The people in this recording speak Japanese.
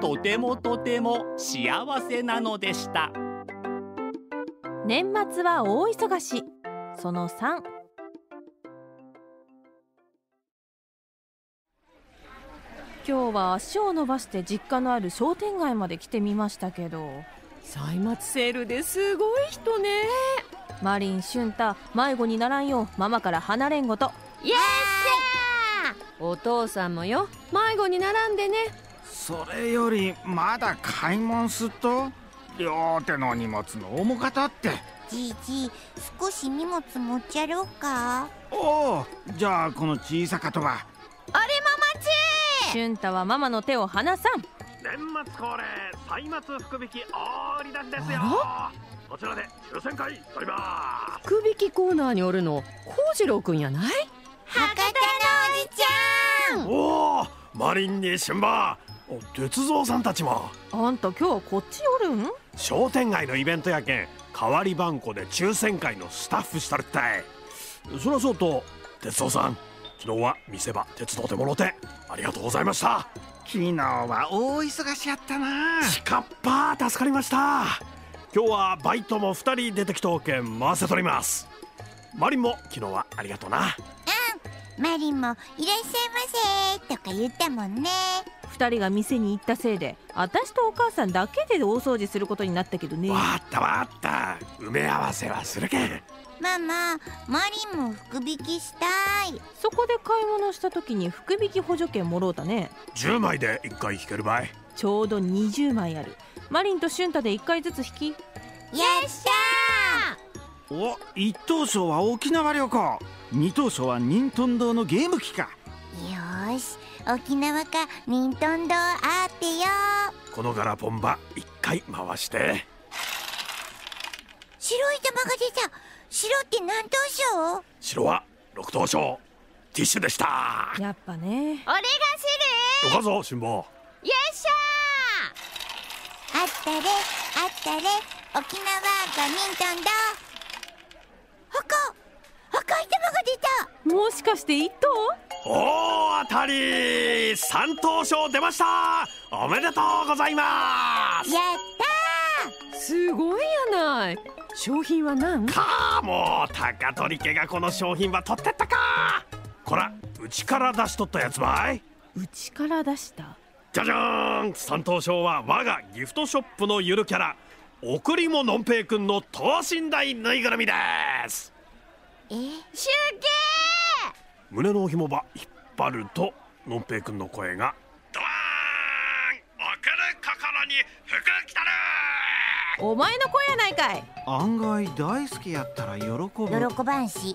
とてもとても幸せなのでした年末は大忙しその3今日は足を伸ばして実家のある商店街まで来てみましたけど歳末セールですごい人ねマリン俊太迷子にならんようママから離れんごとイエスお父さんもよ迷子に並んでねそれよりまだ買い物すっと両手の荷物の重かたってじいじ少し荷物持っちゃろうかおおじゃあこの小さかとはあれママち俊太はママの手を離さん年末恒例歳末福引き大売り出しですよこちらで抽選会とりま福引きコーナーにおるの幸次郎くんやない博多のおじちゃすおおマリンに春馬お鉄蔵さんたちもあんた今日こっちおるん商店街のイベントやけん代わり番こで抽選会のスタッフしたるったいそらそうと鉄道さん昨日は見せ場鉄道でもろてありがとうございました昨日は大忙しやったなしかっぱ助かりました今日はバイトも2人出てきとうけん回せとりますマリンも昨日はありがとうなんマリンも「いらっしゃいませ」とか言ったもんね2人が店に行ったせいで私とお母さんだけで大掃除することになったけどねわったわった埋め合わせはするけんマママリンも福引きしたいそこで買い物した時に福引き補助券もろうたね10枚で1回引けるばいちょうど20枚あるマリンと俊太で1回ずつ引きよっしゃお一等賞は沖縄旅行二等賞は任天堂のゲーム機かーよーし沖縄か任天堂あってよこのガラポンバ1回回して白い玉が出た白って何等賞白は6等賞ティッシュでしたやっぱね俺がすよかぞ辛抱るよっしゃあったれあったれ沖縄が任天堂赤赤い玉が出たもしかして1等大当たり3等賞出ましたおめでとうございますやったすごいやない商品は何かもう高取家がこの商品は取ってったかこらうちから出しとったやつばいうちから出したじゃじゃーん三等賞は我がギフトショップのゆるキャラ贈りものんぺいくんの等身大ぬいぐるみですえ集胸の紐ば引っ張るとのんぺいくんの声がドワーン送る心に服着たるお前の声やないかい案外大好きやったら喜ぶ計喜ばんし